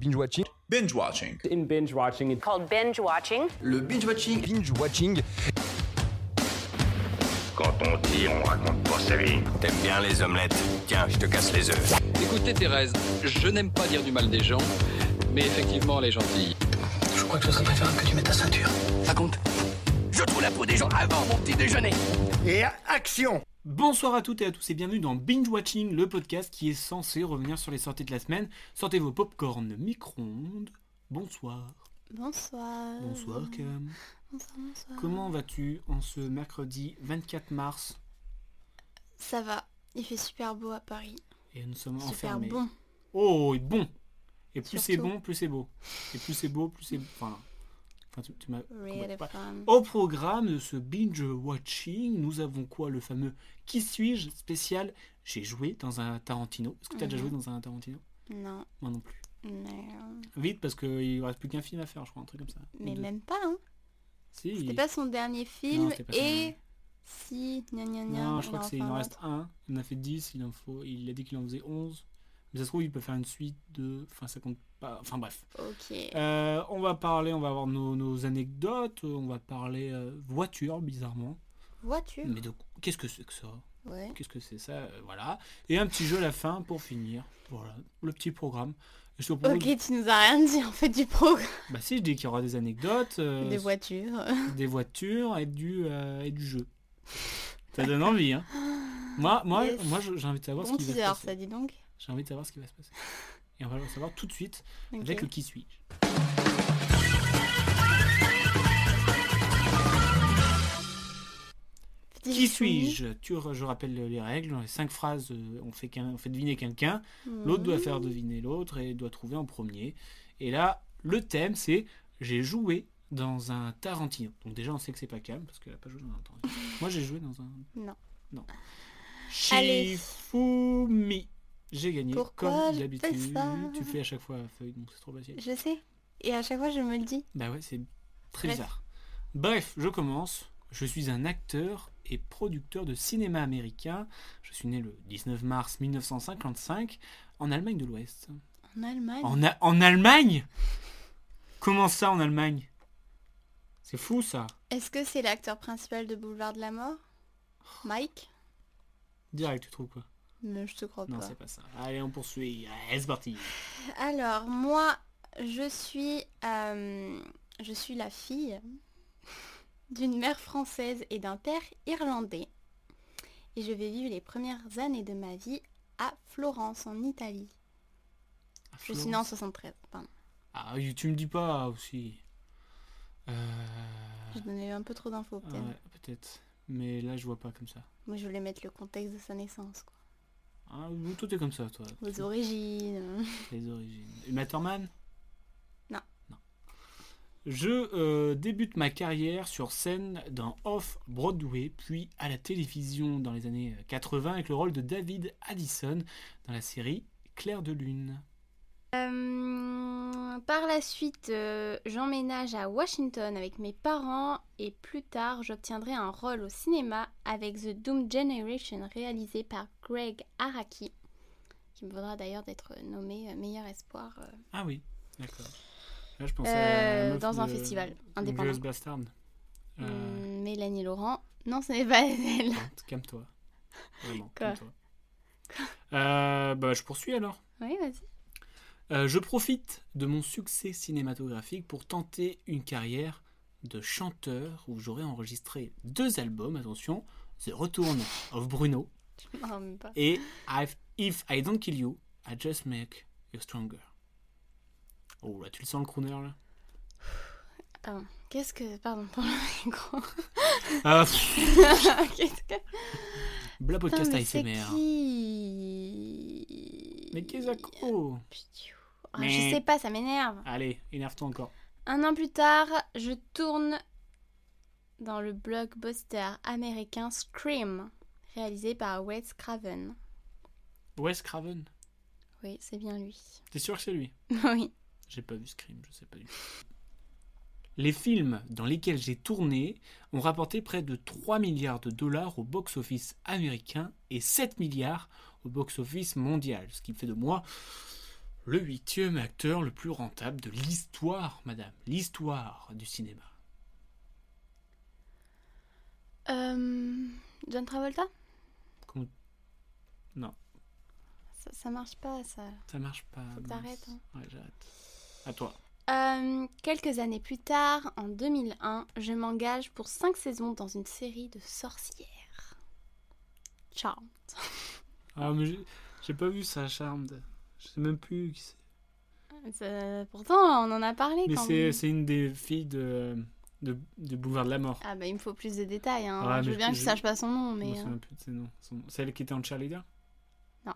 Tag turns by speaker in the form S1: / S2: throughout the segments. S1: Binge watching.
S2: Binge watching.
S3: In binge watching, it's
S4: called binge watching.
S2: Le binge watching.
S1: Binge watching.
S5: Quand on dit, on raconte pas sa vie. T'aimes bien les omelettes Tiens, je te casse les œufs.
S6: Écoutez Thérèse, je n'aime pas dire du mal des gens, mais effectivement elle est gentille.
S7: Je crois que ce serait préférable que tu mettes ta ceinture.
S8: Raconte. Je trouve la peau des gens avant mon petit déjeuner.
S9: Et action
S10: Bonsoir à toutes et à tous et bienvenue dans Binge Watching, le podcast qui est censé revenir sur les sorties de la semaine. Sortez vos popcorn micro-ondes. Bonsoir.
S11: Bonsoir.
S10: Bonsoir Cam.
S11: Bonsoir, bonsoir.
S10: Comment vas-tu en ce mercredi 24 mars
S11: Ça va. Il fait super beau à Paris.
S10: Et nous sommes
S11: Super
S10: enfermés.
S11: bon.
S10: Oh, et bon Et plus c'est
S11: Surtout.
S10: bon, plus c'est beau. Et plus c'est beau, plus c'est... Enfin, enfin, tu, tu m'as...
S11: Really
S10: Ouais.
S11: fun.
S10: Au programme de ce binge watching, nous avons quoi Le fameux Qui suis-je spécial J'ai joué dans un Tarantino. Est-ce que tu as déjà joué dans un Tarantino
S11: Non,
S10: Moi non plus.
S11: mais, euh,
S10: Vite parce qu'il ne reste plus qu'un film à faire, je crois, un truc comme ça. Ou
S11: mais
S10: Oh. deux.
S11: même pas. Hein.
S10: Si.
S11: C'était pas son dernier film
S10: c'était pas son
S11: et
S10: dernier.
S11: si gna gna gna.
S10: Non,
S11: on
S10: je crois
S11: en
S10: que c'est il
S11: fait
S10: en
S11: un
S10: reste
S11: autre.
S10: un. On a fait 10, il en faut. Il a dit qu'il en faisait 11. Mais ça se trouve, il peut faire une suite de. Enfin, ça compte pas. Enfin, bref.
S11: Ok.
S10: Euh, on va parler, on va avoir nos, nos anecdotes, on va parler euh, voiture, bizarrement.
S11: Voiture.
S10: Mais de qu'est-ce que c'est que ça
S11: Ouais.
S10: Qu'est-ce que c'est ça Euh, Voilà. Et un petit jeu à la fin pour finir. Voilà. Le petit programme. Je te propose...
S11: Ok, tu nous as rien dit en fait du programme
S10: Bah si, je dis qu'il y aura des anecdotes, euh,
S11: des voitures.
S10: des voitures et du, euh, et du jeu. Ça donne envie, hein Moi, moi,
S11: Yes.
S10: moi je- j'ai envie de savoir
S11: Bon
S10: ce qui va se
S11: teaser,
S10: passer.
S11: ça dit donc.
S10: J'ai envie de savoir ce qui va se passer. Et on va le savoir tout de suite
S11: Ok.
S10: avec le qui suis-je.
S11: Petit
S10: Qui
S11: soumis.
S10: suis-je Tu re- Je rappelle les règles. Dans les cinq phrases, euh, on fait, qu'un- on fait deviner quelqu'un.
S11: Hmm.
S10: L'autre
S11: Mhm.
S10: doit faire deviner l'autre et doit trouver en premier. Et là, le thème, c'est j'ai joué dans un Tarantino. Donc déjà, on sait que c'est pas calme parce qu'elle a pas joué dans un Tarantino. Moi, j'ai joué dans un.
S11: Non.
S10: Non.
S11: Allez.
S10: Shifumi. J'ai gagné
S11: Pourquoi
S10: comme
S11: je fais
S10: d'habitude.
S11: ça
S10: Tu fais à chaque fois la feuille, donc c'est trop facile.
S11: Je sais. Et à chaque fois je me le dis.
S10: Bah ouais, c'est très
S11: Bref.
S10: bizarre. Bref, je commence. Je suis un acteur et producteur de cinéma américain. Je suis né le 19 mars 1955 en Allemagne de l'Ouest.
S11: En Allemagne.
S10: En, A- en Allemagne Comment ça en Allemagne C'est fou ça.
S11: Est-ce que c'est l'acteur principal de Boulevard de la Mort Mike
S10: Direct, tu trouves quoi
S11: Mais je te crois
S10: Non,
S11: pas.
S10: c'est pas ça. Allez, on poursuit. Allez, c'est parti.
S11: Alors moi, je suis, euh, je suis la fille d'une mère française et d'un père irlandais. Et je vais vivre les premières années de ma vie à Florence, en Italie. Je suis née en 73, pardon.
S10: Ah, tu me dis pas aussi. Euh...
S11: Je donnais un peu trop d'infos peut-être.
S10: Ah ouais, peut-être. Mais là, je vois pas comme ça.
S11: Moi, je voulais mettre le contexte de sa naissance, quoi.
S10: Ah, tout est comme ça, toi.
S11: Aux origines.
S10: Les origines. Matterman
S11: Non.
S10: Non. Je euh, débute ma carrière sur scène dans Off-Broadway, puis à la télévision dans les années 80 avec le rôle de David Addison dans la série Clair de Lune.
S11: Euh, par la suite, euh, j'emménage à Washington avec mes parents et plus tard, j'obtiendrai un rôle au cinéma avec The Doom Generation réalisé par Greg Araki, qui me vaudra d'ailleurs d'être nommé euh, meilleur espoir euh,
S10: Ah oui, d'accord. Là, je pense
S11: Euh,
S10: à la meuf
S11: dans un
S10: de-
S11: festival indépendant.
S10: Inglourious Bastard. Euh,
S11: hum, Mélanie Laurent. Non, ce n'est pas elle.
S10: Calme-toi. Vraiment,
S11: Hmm. Quoi
S10: calme-toi. Euh, bah, je poursuis alors.
S11: Oui, vas-y.
S10: Euh, je profite de mon succès cinématographique pour tenter une carrière de chanteur où j'aurai enregistré deux albums, attention, The Return of Bruno
S11: Je m'en remets pas.
S10: et I've- If I Don't Kill You, I Just Make You Stronger. Oh là, tu le sens le crooner là
S11: Pardon. Qu'est-ce que. Pardon pour le micro.
S10: Ah, pff,
S11: Qu'est-ce que.
S10: Bla
S11: Putain,
S10: podcast
S11: mais c'est
S10: ASMR.
S11: qui
S10: Mais qu'est-ce que- oh.
S11: Putain. Ah,
S10: Mais-
S11: Je sais pas, ça m'énerve.
S10: Allez, énerve-toi encore.
S11: Un an plus tard, je tourne dans le blockbuster américain Scream, réalisé par Wes Craven.
S10: Wes Craven,
S11: Oui, c'est bien lui.
S10: t'es sûr que c'est lui
S11: oui.
S10: J'ai pas vu Scream, je sais pas du tout. Les films dans lesquels j'ai tourné ont rapporté près de 3 milliards de dollars au box-office américain et 7 milliards au box-office mondial, ce qui fait de moi Le huitième acteur le plus rentable de l'histoire, madame. L'histoire du cinéma.
S11: Euh, John Travolta
S10: Comment- Non.
S11: Ça, ça marche pas, ça.
S10: Ça marche pas.
S11: Faut
S10: mince.
S11: que t'arrêtes, hein.
S10: Ouais, j'arrête. À toi.
S11: Euh, quelques années plus tard, en 2001, je m'engage pour 5 saisons dans une série de sorcières. Ciao.
S10: Ah, mais j'ai- j'ai pas vu ça, Charmed. Je sais même plus qui c'est.
S11: Ça- Euh, Pourtant, on en a parlé
S10: Mais
S11: quand
S10: c'est-
S11: même.
S10: c'est une des filles de, de, de Boulevard de la Mort.
S11: Ah bah il me faut plus de détails. hein.
S10: Ouais,
S11: je
S10: mais
S11: veux bien
S10: je-
S11: que je sache pas son nom,
S10: Je me
S11: mais... euh,
S10: souviens plus de ses noms. Son- Celle qui était en cheerleader
S11: Non.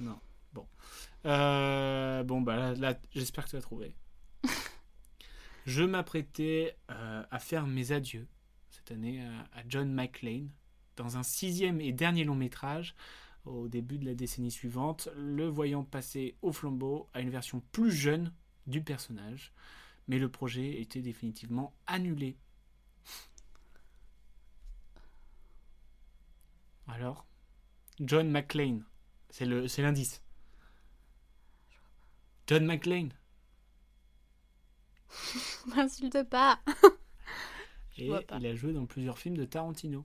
S10: Non. Bon. Euh, bon, bah là, là, j'espère que tu as trouvé. Je m'apprêtais euh, à faire mes adieux cette année euh, à John McClane dans un sixième et dernier long métrage. Au début de la décennie suivante, le voyant passer au flambeau à une version plus jeune du personnage, mais le projet était définitivement annulé. Alors, John McClane, c'est le- c'est l'indice. John McClane.
S11: M'insulte pas.
S10: Et
S11: vois pas.
S10: il a joué dans plusieurs films de Tarantino.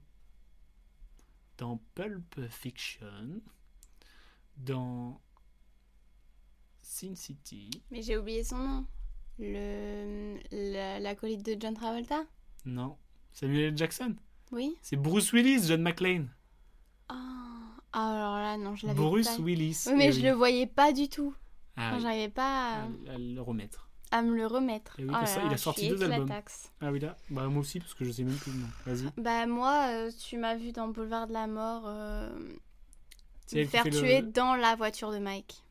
S10: Dans Pulp Fiction, dans Sin City,
S11: Mais j'ai oublié son nom. Le... la- L'acolyte de John Travolta
S10: non, Samuel L. Jackson.
S11: Oui
S10: C'est Bruce Willis, John McClane.
S11: Ah, Ah, alors là, non, je l'avais
S10: Bruce
S11: pas.
S10: Willis.
S11: Oui, mais
S10: eh
S11: je
S10: oui.
S11: le voyais pas du tout.
S10: Ah
S11: Enfin,
S10: oui,
S11: J'arrivais pas à,
S10: à- à le remettre.
S11: à me le remettre.
S10: Eh oui,
S11: Oh
S10: comme
S11: là
S10: ça,
S11: là,
S10: il a
S11: je
S10: sorti
S11: suis
S10: deux albums.
S11: éclataxe.
S10: Ah oui, là Bah, moi aussi, parce que je sais même plus le nom. Vas-y.
S11: Bah moi, euh, tu m'as vu dans Boulevard de la Mort euh,
S10: C'est
S11: me
S10: elle qui
S11: faire
S10: fait le-
S11: tuer dans la voiture de Mike.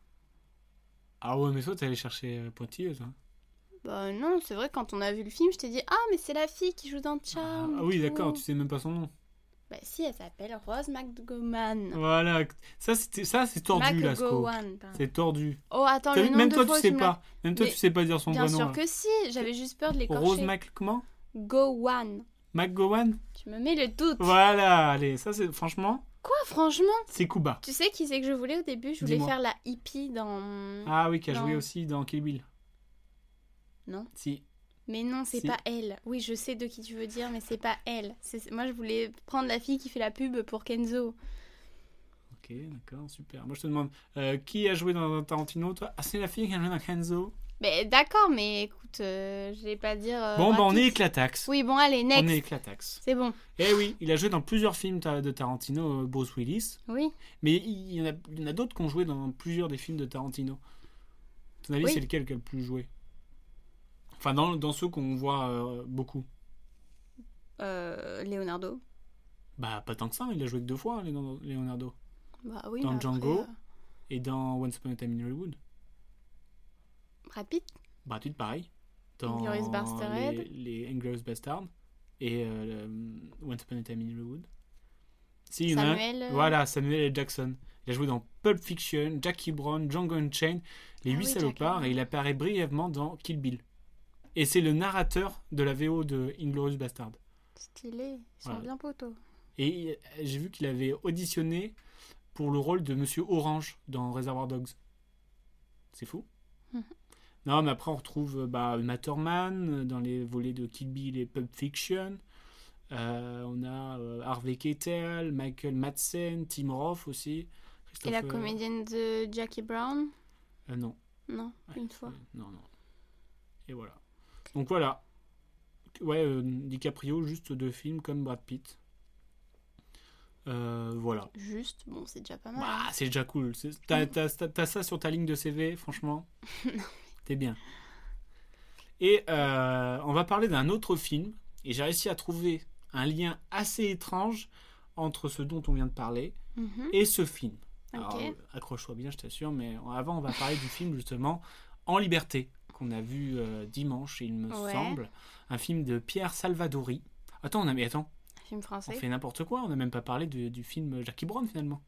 S10: Ah ouais, mais toi, t'es allé chercher euh, Pointilleuse. hein.
S11: Bah non, c'est vrai, quand on a vu le film, je t'ai dit « Ah, mais c'est la fille qui joue dans
S10: Ah,
S11: Charm
S10: ah oui, d'accord, tu sais même pas son nom.
S11: Bah si, elle s'appelle Rose McGowan.
S10: Voilà. Ça, c'était- ça, c'est tordu, là, Sco.
S11: McGowan, pardon.
S10: C'est tordu.
S11: Oh, attends,
S10: T'as
S11: le
S10: vu,
S11: nombre
S10: même
S11: de
S10: toi,
S11: fois
S10: tu
S11: où
S10: sais
S11: me l'as-
S10: pas. Même toi,
S11: Mais
S10: tu sais pas dire son
S11: Bien
S10: vrai nom.
S11: sûr
S10: là.
S11: que si, j'avais juste peur de
S10: Rose
S11: l'écorcher.
S10: Mac... Comment
S11: Gowan.
S10: McGowan
S11: Tu me mets le doute.
S10: Voilà, allez, ça, c'est franchement,
S11: Quoi, franchement
S10: c'est Kuba.
S11: Tu sais qui c'est que je voulais au début Je voulais
S10: Dis-moi.
S11: faire la hippie dans...
S10: Ah oui, qui a
S11: Non.
S10: joué aussi dans Kill Bill.
S11: Non.
S10: Si.
S11: Mais non, c'est
S10: Si.
S11: pas elle. Oui, je sais de qui tu veux dire, mais c'est pas elle. C'est- Moi, je voulais prendre la fille qui fait la pub pour Kenzo.
S10: Ok, d'accord, super. Moi, je te demande, euh, qui a joué dans Tarantino, toi Ah, c'est la fille qui a joué dans Kenzo.
S11: Mais d'accord, mais écoute, euh, je vais pas dire. euh,
S10: bon, bah, on
S11: rapide.
S10: est éclataxe.
S11: Oui, bon, allez,
S10: on est
S11: next.
S10: éclataxe.
S11: C'est bon.
S10: Eh oui, il a joué dans plusieurs films ta- de Tarantino, euh, Bruce Willis.
S11: Oui.
S10: Mais il y en a, il y en a d'autres qui ont joué dans plusieurs des films de Tarantino. À ton avis,
S11: Oui.
S10: c'est lequel qui a le plus joué Enfin, dans, dans ceux qu'on voit euh, beaucoup.
S11: Euh, Leonardo.
S10: Bah, pas tant que ça, il a joué que deux fois, hein, Léon- Leonardo.
S11: Bah oui.
S10: Dans
S11: mais après,
S10: Django.
S11: euh,
S10: Et dans Once Upon a Time in Hollywood.
S11: Brad Pitt.
S10: Brad Pitt, pareil. Dans
S11: Inglourious Basterds.
S10: les, les Inglourious Basterds. Et euh, le- Once Upon a Time in Hollywood. Si, il y en a un-
S11: Samuel. euh,
S10: hein. Voilà, Samuel L. Jackson. Il a joué dans Pulp Fiction, Jackie Brown, Django Unchained, Les
S11: Ah
S10: Huit
S11: oui,
S10: Salopards,
S11: Jackie
S10: et il apparaît brièvement dans Kill Bill. Et c'est le narrateur de la VO de Inglorious Bastard.
S11: Stylé. Ils sont
S10: Voilà.
S11: bien potos.
S10: Et euh, j'ai vu qu'il avait auditionné pour le rôle de Monsieur Orange dans Reservoir Dogs. C'est fou.
S11: Mhm.
S10: non, mais après on retrouve euh, bah, Uma Thurman euh, dans les volets de Kill Bill et Pulp Fiction. Euh, on a euh, Harvey Keitel, Michael Madsen, Tim Roth aussi.
S11: Et la
S10: Christopher-
S11: comédienne de Jackie Brown
S10: Euh, Non.
S11: Non,
S10: Ouais,
S11: une fois.
S10: ouais, Non, non. Et voilà. Donc voilà. Ouais, euh, DiCaprio, juste deux films comme Brad Pitt. Euh, voilà.
S11: Juste, bon, c'est déjà pas mal.
S10: Bah, c'est déjà cool. C'est-
S11: Mm.
S10: T'as, t'as- t'as- t'as ça sur ta ligne de CV, franchement. T'es bien. Et euh, on va parler d'un autre film. Et j'ai réussi à trouver un lien assez étrange entre ce dont on vient de parler
S11: Mhm.
S10: et ce film.
S11: Ok.
S10: Alors, euh, accroche-toi bien, je t'assure, mais avant, on va parler du film justement En Liberté, qu'on a vu euh, dimanche, il me
S11: Ouais.
S10: semble. Un film de Pierre Salvadori. Attends, on a, mais attends,
S11: Film
S10: on
S11: français.
S10: fait n'importe quoi, on n'a même pas parlé de- du film Jackie Brown finalement.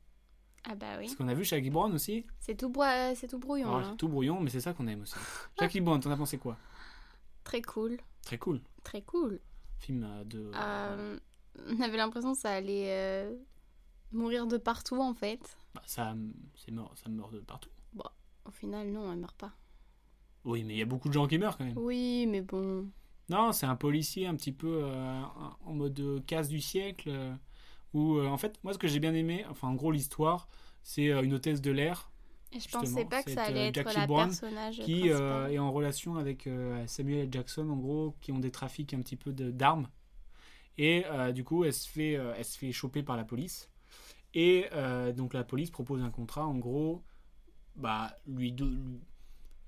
S11: Ah bah oui.
S10: Parce qu'on a vu Jackie Brown aussi.
S11: C'est tout, brou- c'est tout brouillon. hein.
S10: Alors,
S11: là.
S10: c'est tout brouillon, mais c'est ça qu'on aime aussi. Jackie Brown, t'en as pensé quoi
S11: Très cool.
S10: Très cool.
S11: Très cool.
S10: Film euh, de.
S11: Euh, on avait l'impression que ça allait euh, Mourir de partout, en fait.
S10: Bah, ça, c'est mort, ça meurt de partout.
S11: Au final, non, elle meurt pas.
S10: Oui, mais il y a beaucoup de gens qui meurent quand même.
S11: Oui, mais bon.
S10: Non, c'est un policier un petit peu euh, en mode euh, casse du siècle. euh, où, euh, en fait, moi, ce que j'ai bien aimé, enfin, en gros, l'histoire, c'est euh, une hôtesse de l'air
S11: Et je
S10: Justement,
S11: pensais pas que
S10: cette,
S11: ça allait
S10: euh,
S11: être
S10: Jackie
S11: la
S10: Brown
S11: personnage
S10: qui euh,
S11: principale.
S10: est en relation avec euh, Samuel L. Jackson, en gros, qui ont des trafics un petit peu de- d'armes. Et euh, du coup, elle se, fait, euh, elle se fait choper par la police. Et euh, donc, la police propose un contrat, en gros, bah, lui, de- lui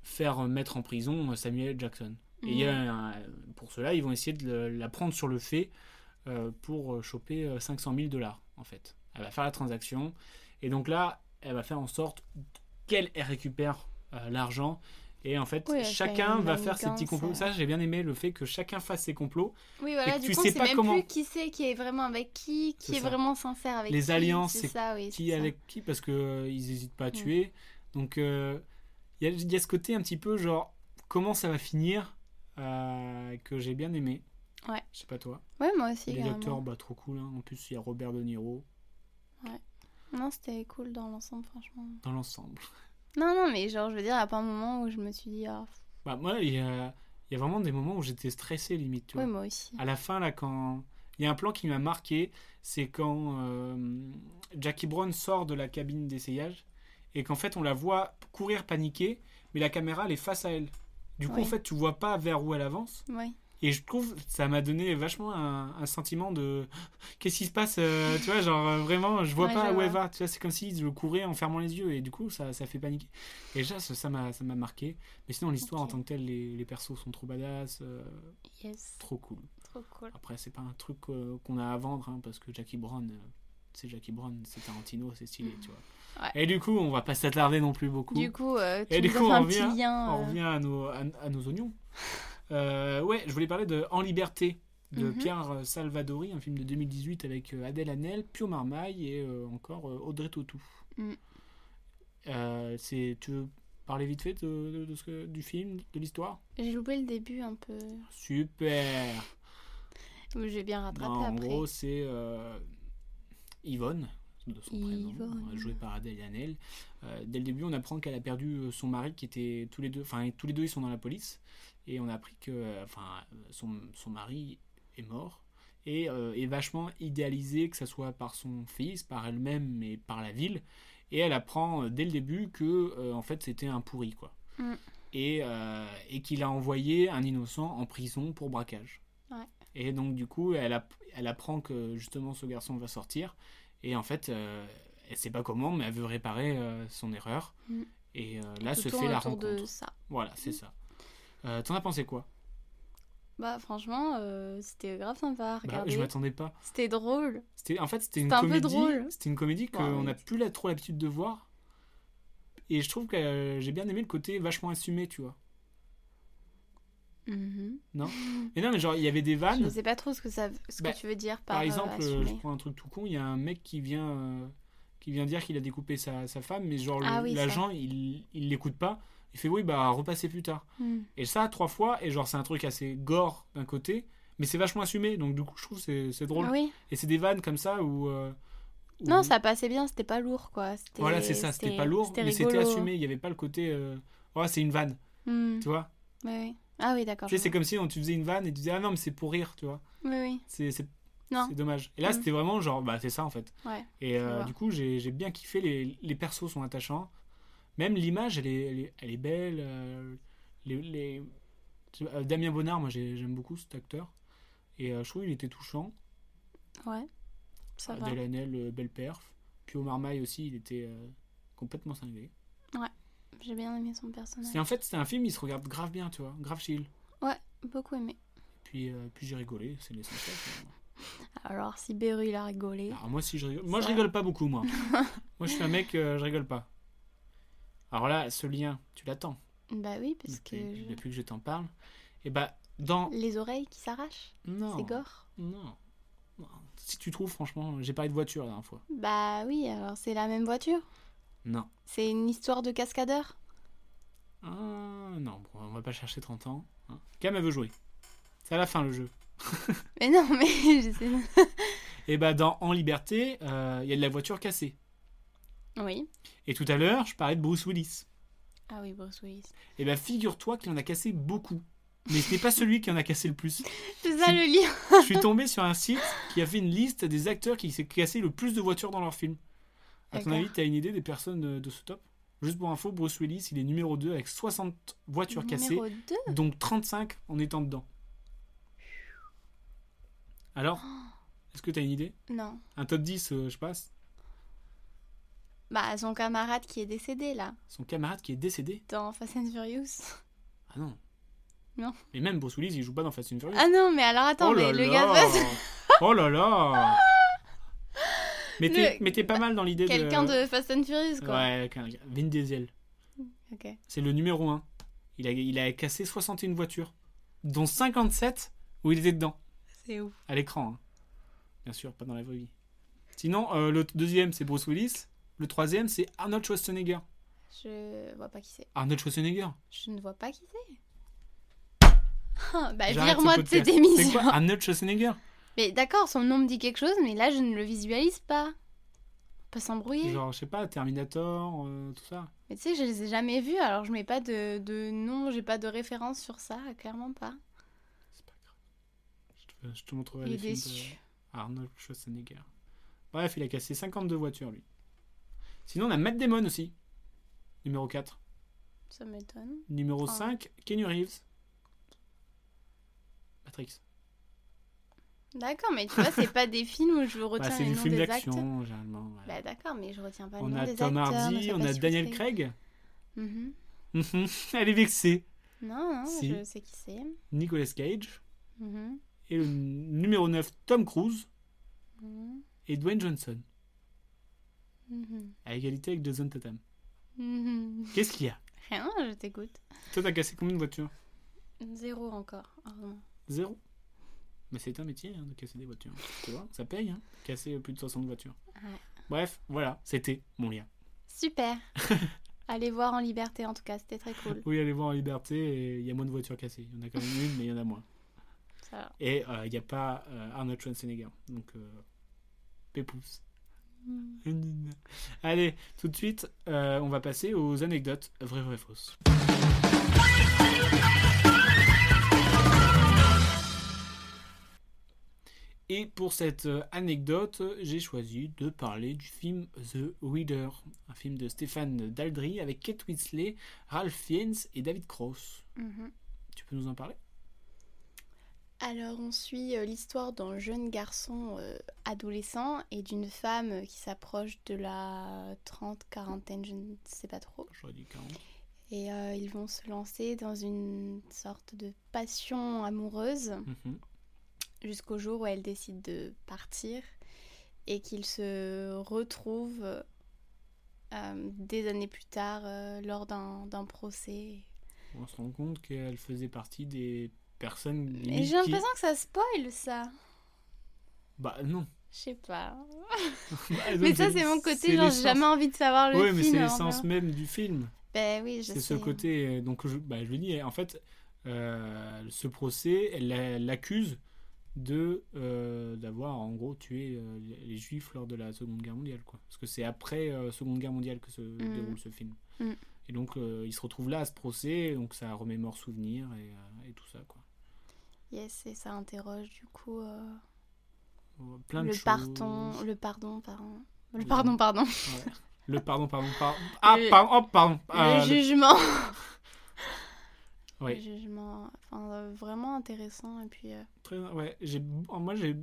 S10: faire euh, mettre en prison euh, Samuel L. Jackson. Et
S11: Mhm.
S10: il y a un- pour cela, ils vont essayer de le- la prendre sur le fait euh, pour euh, choper euh, 500 000 dollars, en fait. Elle va faire la transaction. Et donc là, elle va faire en sorte qu'elle elle récupère euh, l'argent. Et en fait,
S11: Oui, elle fait
S10: chacun
S11: une
S10: va faire ses
S11: manigance,
S10: petits complots.
S11: euh.
S10: Ça, j'ai bien aimé le fait que chacun fasse ses complots.
S11: Oui, voilà,
S10: et que
S11: du
S10: tu
S11: coup,
S10: sais
S11: on sait
S10: pas
S11: même
S10: comment.
S11: plus qui c'est qui est vraiment avec qui, qui
S10: C'est
S11: est
S10: ça.
S11: vraiment sincère avec
S10: Les
S11: qui.
S10: alliances,
S11: c'est
S10: c'est
S11: ça, oui.
S10: Qui
S11: c'est ça.
S10: avec qui Parce qu'ils n'hésitent pas à
S11: Mm.
S10: tuer. Donc, euh, il y, a- il y a ce côté un petit peu genre comment ça va finir euh, que j'ai bien aimé.
S11: Ouais.
S10: Je sais pas toi.
S11: Ouais, moi aussi,
S10: Les
S11: carrément.
S10: acteurs, bah trop cool. hein. En plus, il y a Robert De Niro
S11: Non, c'était cool dans l'ensemble, franchement.
S10: dans l'ensemble.
S11: Non, non, mais genre, je veux dire, il n'y a pas un moment où je me suis dit, ah, pff,
S10: Bah moi, il y a, il y a vraiment des moments où j'étais stressé limite. Tu
S11: oui,
S10: vois.
S11: moi aussi.
S10: À la fin là, quand il y a un plan qui m'a marqué, c'est quand euh, Jackie Brown sort de la cabine d'essayage et qu'en fait on la voit courir paniquer, mais la caméra elle est face à elle. Du coup,
S11: Oui.
S10: en fait, tu vois pas vers où elle avance.
S11: Oui.
S10: Et je trouve, ça m'a donné vachement un, un sentiment de qu'est-ce qui se passe, euh, tu vois, genre euh, vraiment, je vois
S11: Ouais,
S10: pas
S11: je
S10: où elle
S11: vois.
S10: va, tu vois, c'est comme si je courais en fermant les yeux et du coup, ça, ça fait paniquer. Et déjà, ça ça m'a ça m'a marqué. Mais sinon, l'histoire
S11: Ok.
S10: en tant que telle, les, les persos sont trop badass, euh,
S11: Yes.
S10: trop cool.
S11: Trop cool.
S10: Après, c'est pas un truc euh, qu'on a à vendre hein, parce que Jackie Brown, euh, c'est Jackie Brown, c'est Tarantino, c'est stylé, tu vois.
S11: Ouais.
S10: Et du coup, on va pas s'attarder non plus beaucoup.
S11: Du coup, euh, tu
S10: Et
S11: nous
S10: du
S11: as
S10: coup, on
S11: fait un
S10: revient-
S11: petit lien.
S10: On
S11: euh,
S10: revient à nos, à, à nos oignons. Euh, ouais, je voulais parler de En Liberté de
S11: Mhm.
S10: Pierre Salvadori, un film de 2018 avec euh, Adèle Hanel, Pio Marmaille et euh, encore euh, Audrey Tautou.
S11: Mm.
S10: Euh, c'est, tu veux parler vite fait de, de- de ce que- du film, de l'histoire
S11: J'ai loupé le début un peu.
S10: Super
S11: mais J'ai bien
S10: Non,
S11: rattrapé
S10: En
S11: après.
S10: gros, c'est euh, Yvonne, de son prénom,
S11: Yvonne.
S10: euh, jouée par Adèle Hanel. Euh, dès le début, on apprend qu'elle a perdu euh, son mari, qui était tous les deux, enfin tous les deux, ils sont dans la police, et on a appris que, euh, enfin, euh, son, son mari est mort et euh, est vachement idéalisé, que ce soit par son fils, par elle-même, mais par la ville. Et elle apprend euh, dès le début que, euh, en fait, c'était un pourri, quoi.
S11: Mm.
S10: Et, euh, et qu'il a envoyé un innocent en prison pour braquage.
S11: Ouais.
S10: Et donc, du coup, elle, app- elle apprend que justement ce garçon va sortir. Et en fait, euh, elle sait pas comment, mais elle veut réparer euh, son erreur.
S11: Mm.
S10: Et euh, là
S11: Tout
S10: se
S11: tourne
S10: fait la
S11: autour
S10: rencontre.
S11: de ça. Mm.
S10: Voilà, c'est ça. Euh, T'en as pensé quoi
S11: Bah, franchement, euh, c'était grave sympa à
S10: Bah,
S11: regarder.
S10: Je m'attendais pas.
S11: C'était drôle.
S10: C'était en fait c'était une
S11: C'était un peu
S10: comédie.
S11: drôle.
S10: C'était une comédie
S11: Ouais,
S10: qu'on
S11: oui.
S10: n'a plus la, trop l'habitude de voir. Et je trouve que euh, j'ai bien aimé le côté vachement assumé, tu vois.
S11: Mhm.
S10: Et non, mais genre il y avait des
S11: Je
S10: vannes.
S11: sais pas trop ce que, ça, ce
S10: Bah,
S11: que tu veux dire par,
S10: Par
S11: euh,
S10: exemple, euh,
S11: assumer.
S10: je prends un truc tout con, il y a un mec qui vient, euh, qui vient dire qu'il a découpé sa, sa femme, mais genre le-
S11: Ah oui, ça.
S10: l'agent, il il l'écoute pas. Il fait oui, bah repassez plus tard.
S11: Hmm.
S10: Et ça, trois fois, et genre c'est un truc assez gore d'un côté, mais c'est vachement assumé, donc du coup je trouve que c'est c'est drôle.
S11: Ah Oui.
S10: Et c'est des vannes comme ça où... euh, où-
S11: Non, ça passait bien, c'était pas lourd quoi. C'était-
S10: Voilà, c'est ça, c'était pas lourd, mais c'était
S11: rigolo.
S10: assumé, il n'y avait pas le côté... euh, Oh, c'est une vanne,
S11: Hmm.
S10: tu vois.
S11: Oui, oui. Ah oui, d'accord.
S10: Tu sais,
S11: je
S10: c'est
S11: vois.
S10: comme si on, tu faisais une vanne et tu disais, ah non, mais c'est pour rire, tu vois.
S11: Oui, oui.
S10: C'est c'est-
S11: Non.
S10: c'est dommage. Et là,
S11: Mm.
S10: c'était vraiment genre, bah, c'est ça en fait.
S11: Ouais,
S10: Et euh,
S11: vois.
S10: du coup, j'ai j'ai bien kiffé, les, les persos sont attachants. Même l'image, elle est, elle, est, elle est belle. euh, les, les- euh, Damien Bonnard, moi j'ai- j'aime beaucoup cet acteur. Et euh, je trouve qu'il était touchant.
S11: Ouais. Ça va.
S10: Delanel, euh, belle perf. Puis Omar Marmaille aussi, il était euh, complètement cinglé.
S11: J'ai bien aimé son personnage.
S10: C'est En fait, c'était un film, il se regarde grave bien, tu vois, grave chill.
S11: Beaucoup aimé.
S10: Puis, euh, puis j'ai rigolé, c'est l'essentiel. finalement.
S11: Alors, si Beru il a rigolé.
S10: Alors moi si je rigole, moi je
S11: Ça.
S10: rigole pas beaucoup moi. moi je suis un mec, euh, je rigole pas. Alors là, ce lien, tu l'attends
S11: Bah oui, parce que.
S10: depuis,
S11: je-
S10: depuis que je t'en parle. Et bah dans
S11: Les oreilles qui s'arrachent
S10: non
S11: C'est gore
S10: non Non. si tu trouves franchement, j'ai parlé de voiture la dernière fois.
S11: Bah oui, alors c'est la même voiture.
S10: Non
S11: C'est une histoire de cascadeur
S10: Ah, non bon, on va pas chercher 30 ans. Hein. Cam elle veut jouer. C'est à la fin le jeu.
S11: Mais non, mais je sais.
S10: Et bah dans En Liberté, euh, il y a de la voiture cassée.
S11: Oui.
S10: Et tout à l'heure, je parlais de Bruce Willis.
S11: Ah oui, Bruce Willis.
S10: Et bah figure-toi qu'il en a cassé beaucoup. Mais ce n'est pas celui qui en a cassé le plus.
S11: C'est ça le lien.
S10: Je suis tombé sur un site qui a fait une liste des acteurs qui s'est cassé le plus de voitures dans leur film. À ton
S11: D'accord.
S10: avis, t'as une idée des personnes euh, de ce top Juste pour info, Bruce Willis, il est numéro 2 avec 60 voitures cassées,
S11: Numéro 2.
S10: donc 35 en étant dedans. Alors, est-ce que t'as une idée
S11: Non.
S10: Un top 10, euh, je passe.
S11: Bah, son camarade qui est décédé là,
S10: Son camarade qui est décédé
S11: dans Fast and Furious.
S10: Ah non.
S11: Non.
S10: Mais même Bruce Willis, il joue pas dans Fast and Furious.
S11: Ah non, mais alors attends,
S10: oh là
S11: mais le gars de
S10: là
S11: Fast-
S10: Oh là là Mais t'es
S11: Le-
S10: mais t'es pas mal dans l'idée de...
S11: Quelqu'un de Fast and Furious quoi.
S10: Ouais, quelqu'un- Vin Diesel.
S11: Ok.
S10: C'est le numéro 1. Il a, il a cassé 61 voitures, dont 57 où il était dedans,
S11: C'est ouf.
S10: à l'écran. hein. Bien sûr, pas dans la vraie vie. Sinon, euh, le deuxième, c'est Bruce Willis. Le troisième, c'est Arnold Schwarzenegger.
S11: Je vois pas qui c'est.
S10: Arnold Schwarzenegger
S11: Je ne vois pas qui c'est. Ah, bah,
S10: J'arrête ce
S11: vire-moi de cette
S10: podcast. C'est
S11: émission.
S10: quoi Arnold Schwarzenegger
S11: Mais d'accord, son nom me dit quelque chose, mais là, je ne le visualise pas. On peut s'embrouiller.
S10: Genre, je sais pas, Terminator, euh, tout ça.
S11: Mais tu sais, je les ai jamais vus, alors je mets pas de, de nom, j'ai pas de référence sur ça, clairement pas.
S10: C'est pas grave. Je te, je te montrerai
S11: Il
S10: les
S11: est
S10: films de
S11: déçu.
S10: Arnold Schwarzenegger. Bref, il a cassé 52 voitures, lui. Sinon, on a Matt Damon aussi. Numéro 4.
S11: Ça m'étonne.
S10: Numéro
S11: Ah.
S10: 5, Kenny Reeves. Matrix.
S11: D'accord, mais tu vois, c'est pas des films où je
S10: Bah,
S11: retiens
S10: c'est
S11: les
S10: du
S11: noms
S10: film
S11: des acteurs.
S10: d'action, généralement. ouais.
S11: Bah d'accord, mais je retiens pas le
S10: on
S11: nom
S10: a
S11: des
S10: Tom
S11: acteurs.
S10: Hardy,
S11: ne
S10: on
S11: sais
S10: a
S11: pas si
S10: Daniel
S11: je sais.
S10: Craig.
S11: Mhm.
S10: Mhm, Elle est vexée.
S11: Non, non,
S10: Si.
S11: je sais qui c'est.
S10: Nicolas Cage.
S11: Mhm.
S10: Et le numéro 9, Tom Cruise.
S11: Mhm.
S10: Et Dwayne Johnson.
S11: Mhm.
S10: À égalité avec Jason Tatum.
S11: Mhm.
S10: Qu'est-ce qu'il y a
S11: Rien, je t'écoute.
S10: Toi, t'as cassé combien de voitures
S11: Zéro encore. heureusement.
S10: Zéro. Mais c'est un métier hein, de casser des voitures. Tu vois, ça paye, hein, casser plus de 60 voitures.
S11: Ouais.
S10: Bref, voilà, c'était mon lien.
S11: Super. Allez voir en liberté, en tout cas, c'était très cool.
S10: Oui, allez voir en liberté, et il y a moins de voitures cassées. Il y en a quand même une, mais il y en a moins.
S11: Ça.
S10: Et euh, il n'y a pas euh, Arnold Schwarzenegger. Donc, euh, pépouze.
S11: Mhm.
S10: Allez, tout de suite, euh, on va passer aux anecdotes vraies, vraies, fausses. Et pour cette euh, anecdote, j'ai choisi de parler du film The Reader, un film de Stéphane Daldry avec Kate Winslet, Ralph Fiennes et David Cross.
S11: Mhm.
S10: Tu peux nous en parler
S11: Alors on suit euh, l'histoire d'un jeune garçon euh, adolescent et d'une femme euh, qui s'approche de la trente, quarantaine, je ne sais pas trop.
S10: J'aurais dit 40.
S11: Et euh, ils vont se lancer dans une sorte de passion amoureuse
S10: Mhm.
S11: jusqu'au jour où elle décide de partir et qu'ils se retrouvent euh, des années plus tard euh, lors d'un d'un procès.
S10: On se rend compte qu'elle faisait partie des personnes.
S11: Mais
S10: limite
S11: j'ai
S10: qui-
S11: l'impression que ça spoil ça.
S10: Bah non.
S11: Je sais pas.
S10: Bah, donc,
S11: Mais ça, c'est mon côté, genre, j'ai
S10: l'essence-
S11: jamais envie de savoir le
S10: Ouais,
S11: film.
S10: mais c'est
S11: avant
S10: l'essence
S11: de-
S10: même du film.
S11: Ben oui, je sais.
S10: C'est ce côté. euh, Donc, je, bah, je le dis, en fait, euh, ce procès, elle l'a- l'accuse de euh, d'avoir en gros tué euh, les juifs lors de la Seconde Guerre mondiale, quoi. Parce que c'est après euh, Seconde Guerre mondiale que se déroule ce film.
S11: Mm.
S10: Et donc, euh, il se retrouve là à ce procès, donc ça remémore souvenirs et, euh, et tout ça, quoi.
S11: Yes, et ça interroge du coup euh,
S10: Plein de
S11: le
S10: choses.
S11: pardon, le pardon, pardon. Le
S10: Oui.
S11: pardon, pardon.
S10: Le pardon, pardon, pardon. Ah,
S11: Le-
S10: pardon, oh, pardon. Ah,
S11: le
S10: le-
S11: jugement.
S10: Oui.
S11: Le jugement. Enfin, euh, vraiment intéressant. Et puis, euh,
S10: Très- ouais, j'ai, en- moi j'ai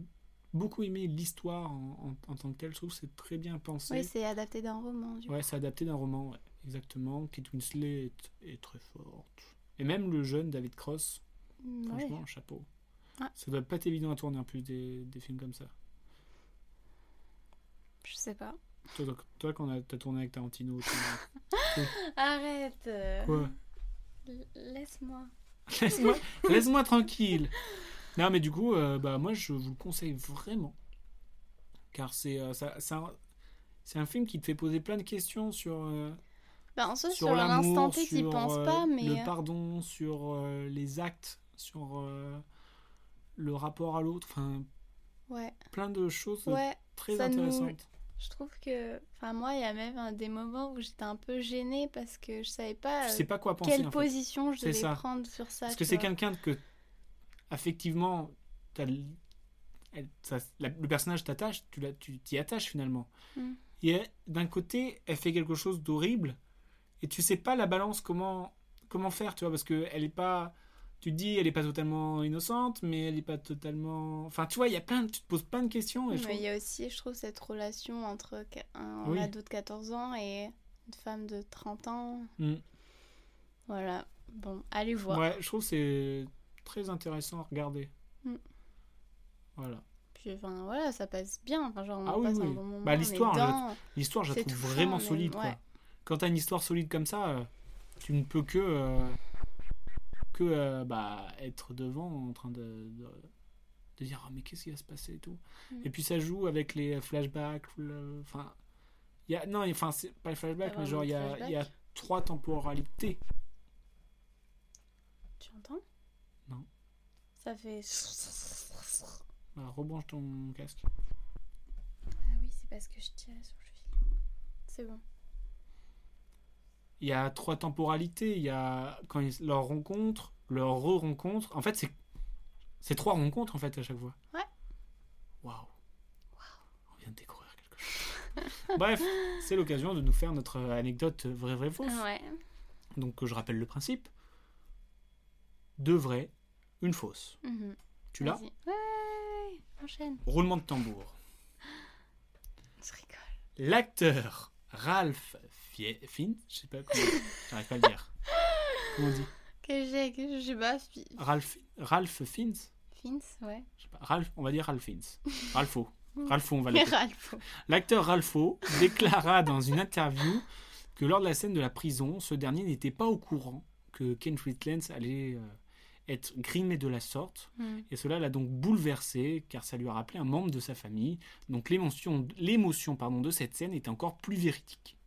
S10: beaucoup aimé l'histoire en, en- en tant que telle. Je trouve que c'est très bien pensé.
S11: oui, c'est adapté d'un roman. Du
S10: ouais, c'est adapté d'un roman, ouais, exactement. Kate Winslet est, est très forte. Et même le jeune David Cross,
S11: coup. Mm, ouais.
S10: franchement, chapeau.
S11: Ah.
S10: Ça doit pas être évident à tourner en plus des, des films comme ça.
S11: Je sais pas.
S10: Toi, toi- toi, quand on a- t'as tourné avec Tarantino, tu-
S11: Arrête. euh,
S10: quoi
S11: l- Laisse-moi.
S10: Laisse-moi, laisse-moi tranquille. Non, mais du coup, euh, bah, moi, je vous le conseille vraiment. Car c'est, euh, ça, c'est, un, c'est un film qui te fait poser plein de questions sur, euh,
S11: Ben, en soi,
S10: sur,
S11: sur, l'instant
S10: l'amour,
S11: T, t'y
S10: sur
S11: penses
S10: euh,
S11: pas, mais.
S10: le
S11: euh,
S10: pardon, sur euh, les actes, sur euh, le rapport à l'autre. Enfin,
S11: Ouais.
S10: plein de choses
S11: Ouais.
S10: très
S11: ça nous-
S10: intéressantes.
S11: Je trouve que. Enfin, moi, il y a même un des moments où j'étais un peu gênée parce que je savais pas
S10: Je
S11: euh,
S10: sais pas quoi penser.
S11: quelle
S10: en fait.
S11: position je
S10: C'est
S11: devais
S10: ça.
S11: prendre sur ça.
S10: Parce
S11: tu
S10: que c'est
S11: vois.
S10: quelqu'un que, affectivement, t'as le- elle- ça- la- le personnage t'attache, tu la- tu t'y attaches finalement.
S11: Mm.
S10: Et elle- d'un côté, elle fait quelque chose d'horrible, et tu sais pas la balance comment comment faire, tu vois, parce que elle est pas, tu te dis, elle est pas totalement innocente, mais elle est pas totalement, enfin, tu vois, il y a plein, de- tu te poses plein de questions. Et je
S11: Mais il
S10: trouve-
S11: y a aussi, je trouve, cette relation entre qu- un
S10: Oui.
S11: ado de 14 ans et une femme de 30 ans.
S10: Mm.
S11: Voilà. Bon, allez voir.
S10: Ouais, je trouve que c'est très intéressant à regarder.
S11: Mm.
S10: Voilà.
S11: Puis, enfin, voilà, ça passe bien. Enfin, genre, on
S10: Ah oui,
S11: passe un
S10: oui.
S11: bon moment.
S10: Bah,
S11: on est
S10: l'histoire, là,
S11: dedans.
S10: L'histoire, je la
S11: C'est
S10: trouve
S11: touchant,
S10: vraiment
S11: mais-
S10: solide.
S11: ouais.
S10: Quoi. Quand t'as une histoire solide comme ça, euh, tu ne peux que, euh, que euh, bah, être devant en train de, de, de dire Ah, mais qu'est-ce qui va se passer et tout.
S11: Mm.
S10: Et puis ça joue avec les flashbacks. le- Enfin, il y a, non, enfin, c'est pas les flashbacks,
S11: Pas
S10: mais genre, il y
S11: vraiment de
S10: a, il y a trois temporalités.
S11: Tu entends
S10: Non.
S11: Ça fait.
S10: Bah, rebranche ton casque.
S11: Ah oui, c'est parce que je tirais sur le fil. C'est bon.
S10: Il y a trois temporalités. Il y a quand ils, leur rencontre, leur re-rencontre. En fait, c'est c'est trois rencontres en fait à chaque fois.
S11: Ouais.
S10: Waouh. On vient de découvrir quelque chose. Bref, c'est l'occasion de nous faire notre anecdote vraie vraie fausse.
S11: Ah Ouais.
S10: Donc je rappelle le principe. Deux vraies, une fausse.
S11: Mhm.
S10: Tu l'as
S11: Vas-y. Ouais, enchaîne.
S10: Roulement de tambour.
S11: Je rigole.
S10: L'acteur Ralph Fie- Fiennes, je sais pas comment, j'arrive pas à le dire. Comment on dit
S11: Que j'ai, que je sais pas, fi-
S10: Ralph Ralph Fiennes
S11: Fins, ouais.
S10: Je sais pas, Ralph, on va dire Ralph Fiennes. Ralpho. Ralpho, on va
S11: Mais
S10: l'appeler.
S11: Ralph.
S10: L'acteur Ralpho déclara dans une interview que lors de la scène de la prison, ce dernier n'était pas au courant que Ken Whitlands allait euh, être grimé de la sorte.
S11: Hmm.
S10: Et cela l'a donc bouleversé, car ça lui a rappelé un membre de sa famille. Donc l'émotion l'émotion, pardon, de cette scène était encore plus véridique.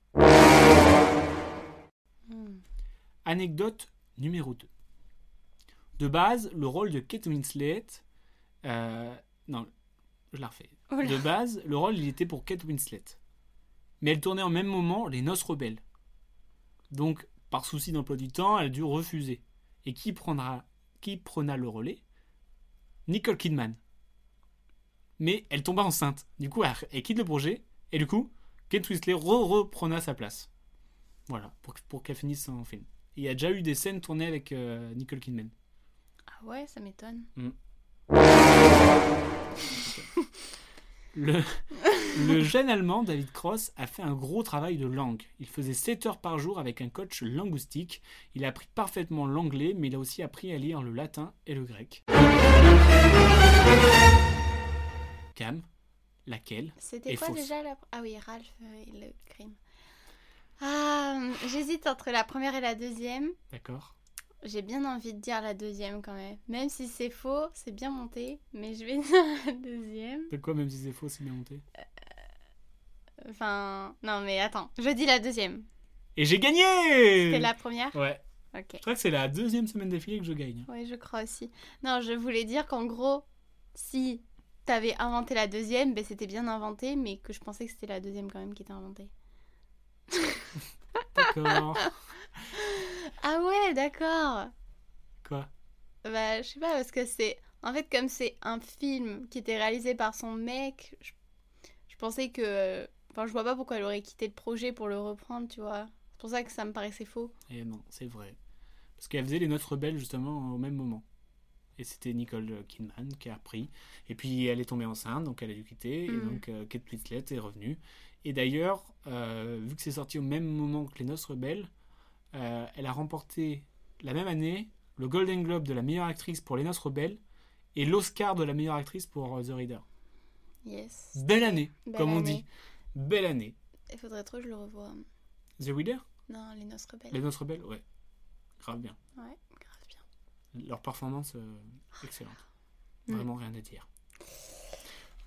S11: Hmm.
S10: Anecdote numéro 2. De base, le rôle de Kate Winslet... euh, non, je la refais.
S11: Oh là.
S10: De base, le rôle, il était pour Kate Winslet. Mais elle tournait en même moment Les Noces Rebelles. Donc, par souci d'emploi du temps, elle a dû refuser. Et qui prendra, qui prena le relais Nicole Kidman. Mais elle tomba enceinte. Du coup, elle, elle quitte le projet. Et du coup, Kate Winslet reprena sa place. Voilà, pour, pour qu'elle finisse son film. Et Il y a déjà eu des scènes tournées avec euh, Nicole Kidman.
S11: Ah ouais, ça m'étonne.
S10: Le, le jeune Allemand David Cross a fait un gros travail de langue. Il faisait 7 heures par jour avec un coach linguistique. Il a appris parfaitement l'anglais, mais il a aussi appris à lire le latin et le grec. Cam, laquelle
S11: C'était
S10: Et
S11: quoi
S10: fausse.
S11: déjà la. Ah oui, Ralph euh, et le crime. Ah, hum, j'hésite entre la première et la deuxième.
S10: D'accord
S11: J'ai bien envie de dire la deuxième quand même. Même si c'est faux, c'est bien monté. Mais je vais dire la deuxième.
S10: De quoi, même si c'est faux, c'est bien monté
S11: Enfin, non mais attends. Je dis la deuxième.
S10: Et j'ai gagné Mm.
S11: C'était la première
S10: Ouais.
S11: Ok.
S10: Je crois que c'est la deuxième semaine d'affilée que je gagne.
S11: Oui, je crois aussi. Non, je voulais dire qu'en gros, si t'avais inventé la deuxième, ben c'était bien inventé, mais que je pensais que c'était la deuxième quand même qui était inventée.
S10: D'accord.
S11: Ah ouais, d'accord.
S10: quoi
S11: Bah, je sais pas, parce que c'est... En fait, comme c'est un film qui était réalisé par son mec, je, je pensais que... Enfin, je vois pas pourquoi elle aurait quitté le projet pour le reprendre, tu vois. C'est pour ça que ça me paraissait faux.
S10: Et Eh non, c'est vrai. Parce qu'elle faisait les notes rebelles justement au même moment. Et c'était Nicole euh, Kidman qui a pris. Et puis elle est tombée enceinte, donc elle a dû quitter. Et
S11: Mm.
S10: donc euh, Kate Winslet est revenue. Et d'ailleurs, euh, vu que c'est sorti au même moment que Les Noces Rebelles, euh, elle a remporté la même année le Golden Globe de la meilleure actrice pour Les Noces Rebelles et l'Oscar de la meilleure actrice pour euh, The Reader.
S11: Yes.
S10: Belle année,
S11: Belle
S10: comme on
S11: année.
S10: dit. Belle année.
S11: Il faudrait trop que je le revoie.
S10: The Reader
S11: Non, Les Noces Rebelles.
S10: Les Noces Rebelles Ouais. Grave bien.
S11: Ouais, grave bien.
S10: leur performance euh, excellente.
S11: Mm.
S10: Vraiment rien à dire.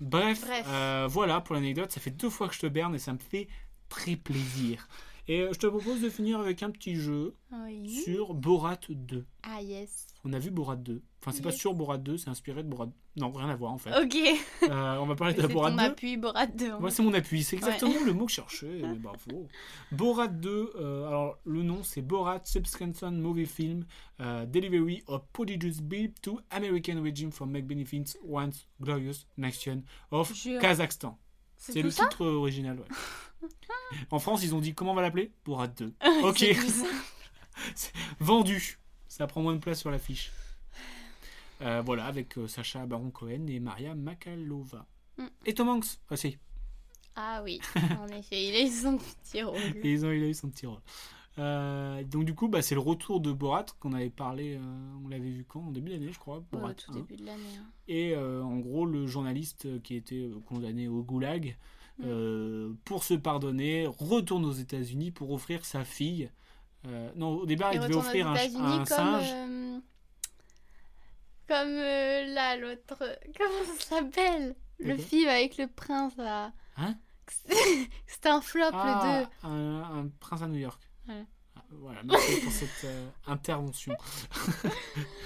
S10: Bref,
S11: Bref.
S10: euh, voilà pour l'anecdote. Ça fait deux fois que je te berne et ça me fait très plaisir. Et euh, je te propose de finir avec un petit jeu
S11: Oui.
S10: sur Borat 2.
S11: Ah yes.
S10: On a vu Borat 2. Enfin, c'est pas
S11: Oui.
S10: sur Borat 2, c'est inspiré de Borat. Non, rien à voir en fait.
S11: Ok.
S10: Euh, on va parler de
S11: C'est
S10: Borat
S11: ton
S10: 2.
S11: appui, Borat hein. 2.
S10: Moi, c'est mon appui. C'est exactement le mot que je cherchais. euh, Bravo. Borat 2, euh, alors le nom c'est Borat Subscription Movie Film euh, Delivery of Prodigious Beep to American Regime for Make Benefits Once Glorious Nation of
S11: Jure.
S10: Kazakhstan.
S11: C'est
S10: C'est
S11: tout
S10: le
S11: ça
S10: titre euh, original, ouais. en France, ils ont dit comment on va l'appeler Borat 2. Ok,
S11: C'est tout ça.
S10: vendu. Ça prend moins de place sur l'affiche. Euh, voilà, avec euh, Sacha Baron Cohen et Maria Makalova.
S11: Mm.
S10: Et Tom Hanks aussi.
S11: Ah oui, en effet, il est son petit rôle.
S10: Et ils ont, il a eu son petit rôle. Euh, donc du coup, bah, c'est le retour de Borat qu'on avait parlé, euh, on l'avait vu quand En début d'année, je crois.
S11: Ouais,
S10: Borat
S11: au euh, tout
S10: 1.
S11: début de l'année. hein.
S10: Et euh, en gros, le journaliste qui était euh, condamné au goulag,
S11: Mm.
S10: euh, pour se pardonner, retourne aux États-Unis pour offrir sa fille. Euh, non, au départ, il, devait
S11: retourne
S10: offrir
S11: aux
S10: un, ch-
S11: États-Unis
S10: un
S11: comme,
S10: singe.
S11: euh, comme euh, là, l'autre. Comment ça s'appelle Le
S10: Lequel
S11: film avec le prince, là.
S10: Hein
S11: C'est un flop, le
S10: Ah,
S11: 2.
S10: un, un prince à New York.
S11: Voilà.
S10: Ah, Voilà, merci pour cette euh, intervention.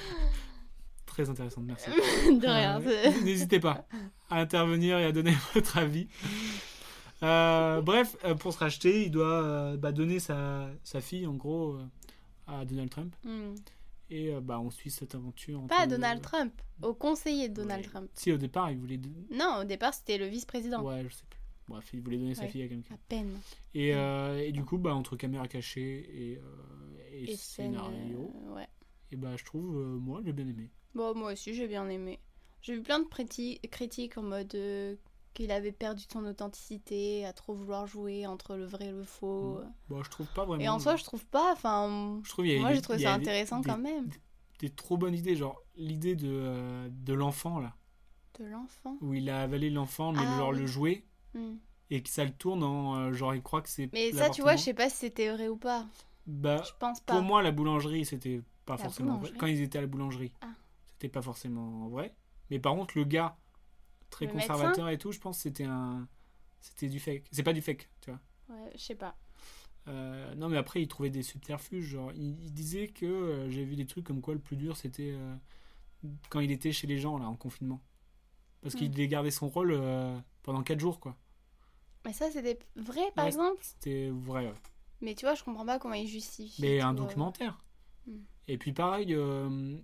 S10: Très intéressante, merci.
S11: De rien.
S10: Euh,
S11: c'est-
S10: N'hésitez pas à intervenir et à donner votre avis. Euh, bref, euh, pour se racheter, il doit euh, bah, donner sa, sa fille, en gros, euh, à Donald Trump.
S11: Hmm.
S10: Et euh, bah, on suit cette aventure. entre
S11: Pas à
S10: le-
S11: Donald Trump, au conseiller de Donald
S10: Euh, Ouais.
S11: Trump.
S10: Si, au départ, il voulait. don-
S11: Non, au départ, c'était le vice-président.
S10: Ouais, je sais plus. Bref, il voulait donner sa
S11: Ouais. Ah.
S10: fille à quelqu'un.
S11: À peine.
S10: Et, euh, et du coup, bah, entre caméra cachée et, euh, et
S11: Et scène,
S10: scénario,
S11: euh, ouais.
S10: et bah, je trouve, euh, moi, j'ai bien aimé.
S11: Bon, moi aussi, j'ai bien aimé. J'ai vu plein de priti- critiques en mode euh, qu'il avait perdu son authenticité, à trop vouloir jouer entre le vrai et le faux.
S10: Bon, Bah, je trouve pas vraiment.
S11: Et en soi, je trouve pas. Enfin,
S10: je trouve Mm. il y a
S11: moi,
S10: des-
S11: j'ai trouvé
S10: il y a
S11: ça
S10: des-
S11: intéressant
S10: des-
S11: quand même.
S10: des trop bonnes idées. Genre, l'idée de, euh, de l'enfant, là,
S11: De l'enfant.
S10: où il a avalé l'enfant, mais
S11: Ah,
S10: genre
S11: oui.
S10: le jouet,
S11: Hmm.
S10: et que ça le tourne en. euh, genre, il croit que c'est.
S11: Mais ça, tu vois,
S10: l'avortement.
S11: je sais pas si c'était vrai ou pas.
S10: Bah,
S11: Je pense pas.
S10: pour moi, la boulangerie, c'était pas
S11: La
S10: forcément vrai.
S11: boulangerie.
S10: Quand ils étaient à la boulangerie,
S11: Ah.
S10: c'était pas forcément vrai. Mais par contre, le gars, très
S11: Le
S10: conservateur et tout, je pense que c'était un. C'était du fake. C'est pas du fake, tu vois.
S11: Ouais, je sais pas.
S10: Euh, non, mais après, il trouvait des subterfuges. Genre, il, il disait que euh, j'ai vu des trucs comme quoi le plus dur, c'était euh, quand il était chez les gens, là, en confinement. Parce qu'il
S11: Mm.
S10: devait garder son rôle euh, pendant 4 jours, quoi.
S11: Mais ça, c'était vrai, par
S10: Ouais.
S11: exemple.
S10: C'était vrai. ouais.
S11: Mais tu vois, je comprends pas comment il justifie.
S10: Mais
S11: tout,
S10: un
S11: euh.
S10: documentaire.
S11: Mm.
S10: Et puis pareil, euh,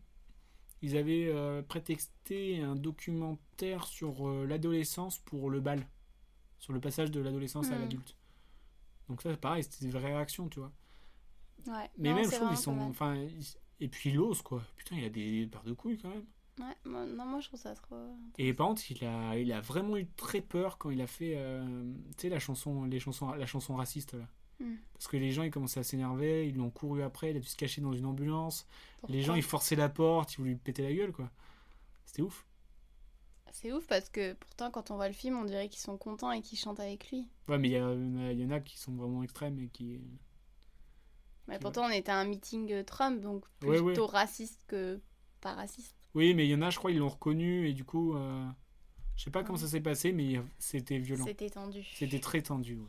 S10: ils avaient euh, prétexté un documentaire sur euh, l'adolescence pour le bal, sur le passage de l'adolescence à
S11: Mm.
S10: l'adulte. Donc ça, c'est pareil, c'était des vraies réactions, tu vois.
S11: Ouais.
S10: Mais
S11: Non,
S10: même,
S11: c'est
S10: je trouve, ils
S11: vraiment
S10: sont.
S11: pas mal.
S10: Enfin, ils- et puis il ose, quoi. Putain, il a des paires de couilles quand même.
S11: Ouais, moi- non, moi, je trouve ça trop.
S10: Et par contre, il a, il a vraiment eu très peur quand il a fait, euh, tu sais, la chanson, les chansons, la chanson raciste là.
S11: Hmm.
S10: Parce que les gens, ils commençaient à s'énerver, ils l'ont couru après, il a dû se cacher dans une ambulance. les gens,
S11: Pourquoi
S10: ils forçaient la porte, ils voulaient lui péter la gueule, quoi. C'était ouf.
S11: C'est ouf parce que pourtant, quand on voit le film, on dirait qu'ils sont contents et qu'ils chantent avec lui.
S10: Ouais, mais il y, a- il y en a qui sont vraiment extrêmes et qui.
S11: Mais
S10: Ouais.
S11: pourtant, on était à un meeting euh, Trump, donc plutôt
S10: Ouais, ouais.
S11: raciste que pas raciste.
S10: Oui, mais il y en a, je crois, ils l'ont reconnu et du coup, euh, je sais pas comment
S11: Ouais.
S10: ça s'est passé, mais il- c'était violent.
S11: C'était tendu.
S10: C'était très tendu. ouais.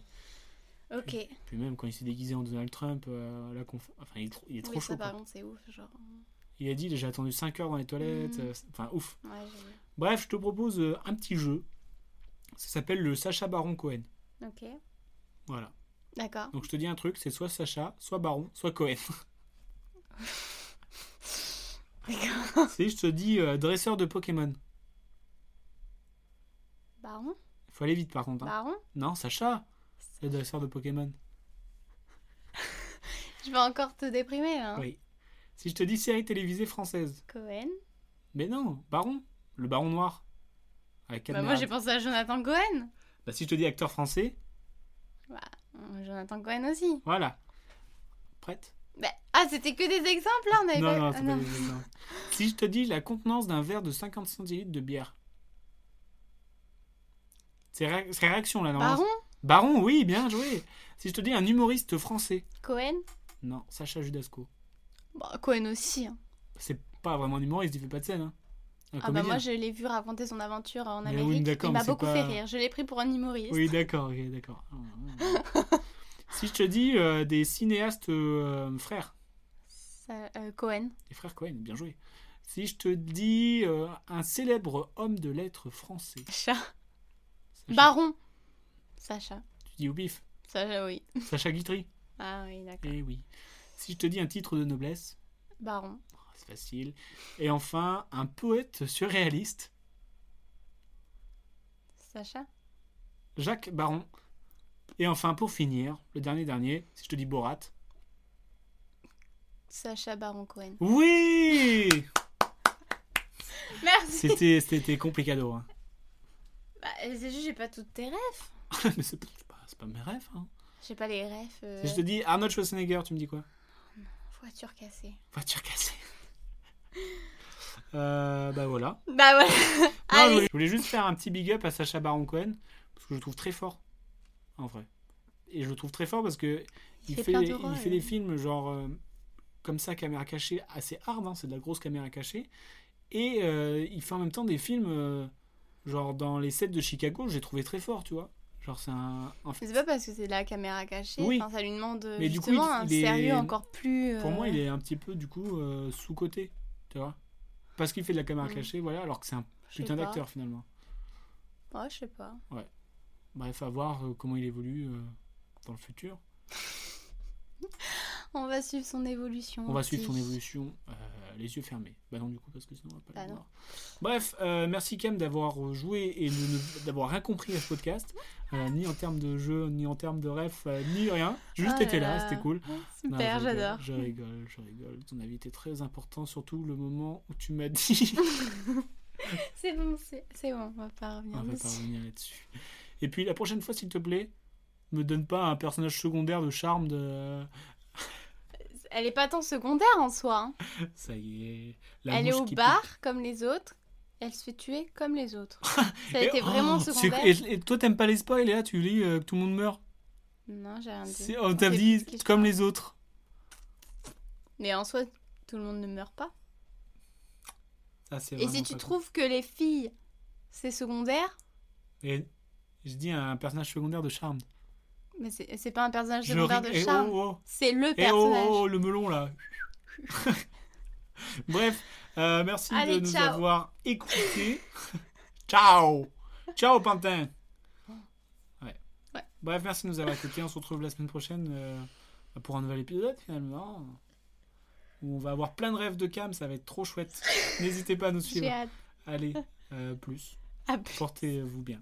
S11: Ok.
S10: Puis, puis même quand il s'est déguisé en Donald Trump, euh, la conf- enfin, il est trop, il est trop
S11: Oui,
S10: chaud.
S11: ça, par
S10: quoi.
S11: contre, c'est ouf. Genre,
S10: Il a dit, j'ai attendu 5 heures dans les toilettes.
S11: Mhm.
S10: euh, c'est- Enfin, ouf.
S11: ouais, j'ai-
S10: Bref, je te propose euh, un petit jeu. Ça s'appelle le Sacha Baron Cohen.
S11: Ok.
S10: Voilà.
S11: D'accord.
S10: Donc je te dis un truc, c'est soit Sacha, soit Baron, soit Cohen.
S11: D'accord.
S10: si je te dis euh, dresseur de Pokémon.
S11: Baron
S10: Faut aller vite par contre. hein.
S11: Baron
S10: Non, Sacha, le dresseur de Pokémon.
S11: Je vais encore te déprimer, là. hein.
S10: Oui. Si je te dis série télévisée française.
S11: Cohen
S10: Mais non, Baron, le Baron noir. Avec
S11: Bah,
S10: Cadmerade.
S11: moi, j'ai pensé à Jonathan Cohen.
S10: Bah, si je te dis acteur français,
S11: Euh, Jonathan Cohen aussi.
S10: voilà. Prête
S11: Bah, ah, c'était que des exemples, là On avait
S10: Non,
S11: pas...
S10: non,
S11: ah,
S10: c'est pas des exemples. Si je te dis la contenance d'un verre de 50 centilitres de bière. C'est ré- c'est réaction là, normalement.
S11: Baron
S10: Baron, oui, bien joué. Si je te dis un humoriste français.
S11: Cohen
S10: Non, Sacha Judasco.
S11: Bah, Cohen aussi. hein.
S10: C'est pas vraiment un humoriste, il fait pas de scène. Hein. Un
S11: Ah bah
S10: comédien.
S11: moi je l'ai vu raconter son aventure en
S10: Mais oui,
S11: Amérique.
S10: d'accord,
S11: il
S10: mais
S11: m'a
S10: c'est
S11: beaucoup
S10: pas-
S11: fait rire. Je l'ai pris pour un humoriste.
S10: Oui, d'accord, ok, d'accord. Ah, si je te dis euh, des cinéastes euh, frères.
S11: Ça- euh, Cohen.
S10: Les frères Cohen, bien joué. Si je te dis euh, un célèbre homme de lettres français.
S11: Sacha.
S10: Sacha-
S11: Baron. Sacha.
S10: Tu dis au pif.
S11: Sacha, oui.
S10: Sacha Guitry.
S11: Ah oui, d'accord.
S10: Eh oui. Si je te dis un titre de noblesse.
S11: Baron.
S10: Ah, C'est facile. Et enfin, un poète surréaliste,
S11: Sacha.
S10: Jacques Baron. Et enfin, pour finir, le dernier dernier, si je te dis Borat.
S11: Sacha Baron Cohen.
S10: Oui
S11: Merci.
S10: C'était c'était complicado. Hein.
S11: Bah, c'est juste, j'ai pas toutes tes rêves.
S10: Mais c'est c'est pas, c'est pas mes rêves. Hein.
S11: J'ai pas les rêves. euh,
S10: Si je te dis Arnold Schwarzenegger, tu me dis quoi
S11: Voiture cassée.
S10: Voiture cassée. Euh, bah voilà.
S11: Bah ouais.
S10: Non, je,
S11: Allez.
S10: voulais, je voulais juste faire un petit big up à Sacha Baron Cohen parce que je le trouve très fort en vrai. Et je le trouve très fort parce que il,
S11: fait
S10: fait,
S11: plein
S10: des,
S11: de
S10: il
S11: rôles,
S10: fait des
S11: ouais.
S10: films genre euh, comme ça caméra cachée assez hard, hein, c'est de la grosse caméra cachée. Et euh, il fait en même temps des films euh, genre dans les sets de Chicago, j'ai trouvé très fort, tu vois. Genre c'est un, un-
S11: Mais C'est pas parce que c'est de la caméra cachée.
S10: Oui.
S11: Enfin, ça lui demande euh,
S10: Mais du coup,
S11: justement
S10: il-
S11: un
S10: il est-
S11: sérieux encore plus.
S10: pour moi il
S11: euh,
S10: est un petit peu du coup sous côté, tu vois. Parce qu'il fait de la caméra
S11: Mm.
S10: cachée, voilà, alors que c'est un
S11: je sais
S10: putain
S11: pas.
S10: d'acteur finalement.
S11: Ouais, je sais pas.
S10: Bref, à voir euh, comment il évolue euh, dans le futur.
S11: On va suivre son évolution.
S10: On va suivre son
S11: petit.
S10: évolution euh, les yeux fermés. Bah non, du coup, parce que sinon on va pas
S11: Bah
S10: le
S11: non.
S10: voir. Bref, euh, merci Cam d'avoir joué et de ne- d'avoir rien compris à ce podcast, euh, ni en termes de jeu, ni en termes de ref, euh, ni rien. Juste
S11: Ah
S10: t'étais
S11: là
S10: là,
S11: là.
S10: c'était cool. Non, je
S11: Super,
S10: rigole,
S11: j'adore.
S10: Je rigole, je rigole. Ton avis était très important, surtout le moment où tu m'as dit.
S11: C'est bon, c'est c'est bon, on va pas revenir
S10: on va
S11: dessus.
S10: pas revenir là-dessus. Et puis la prochaine fois, s'il te plaît, me donne pas un personnage secondaire de charme de.
S11: Elle est pas tant secondaire en soi. hein.
S10: Ça y est. la
S11: Elle est
S10: mouche
S11: au
S10: qui pique.
S11: bar comme les autres. Elle se fait tuer comme les autres. Ça a
S10: Et-
S11: été vraiment
S10: oh,
S11: secondaire.
S10: c'est- Et, et toi, t'aimes pas les spoils, et là, tu lis euh, que tout le monde meurt.
S11: Non, j'ai rien dit.
S10: C'est- On t'a dit
S11: C'est plus ce que je
S10: comme
S11: parle.
S10: les autres.
S11: Mais en soi, tout le monde ne meurt pas.
S10: Ça, Ah, c'est
S11: Et
S10: vraiment
S11: si tu
S10: pas
S11: trouves que les filles, c'est secondaire,
S10: cool. Et je dis un personnage secondaire de charme.
S11: mais c'est c'est pas un personnage
S10: Je
S11: secondaire de
S10: ris- eh
S11: charme.
S10: oh, oh.
S11: C'est le
S10: Eh oh,
S11: personnage.
S10: oh, oh, le melon là. Bref, euh, merci
S11: Allez,
S10: de nous
S11: ciao.
S10: avoir écoutés. ciao. Ciao, Pantin. Ouais.
S11: Ouais.
S10: Bref, merci de nous avoir écoutés. On se retrouve la semaine prochaine euh, pour un nouvel épisode finalement. Où on va avoir plein de rêves de cam, ça va être trop chouette. N'hésitez pas à nous
S11: J'ai
S10: suivre.
S11: hâte.
S10: Allez, euh, plus.
S11: Ah, putain.
S10: Portez-vous bien.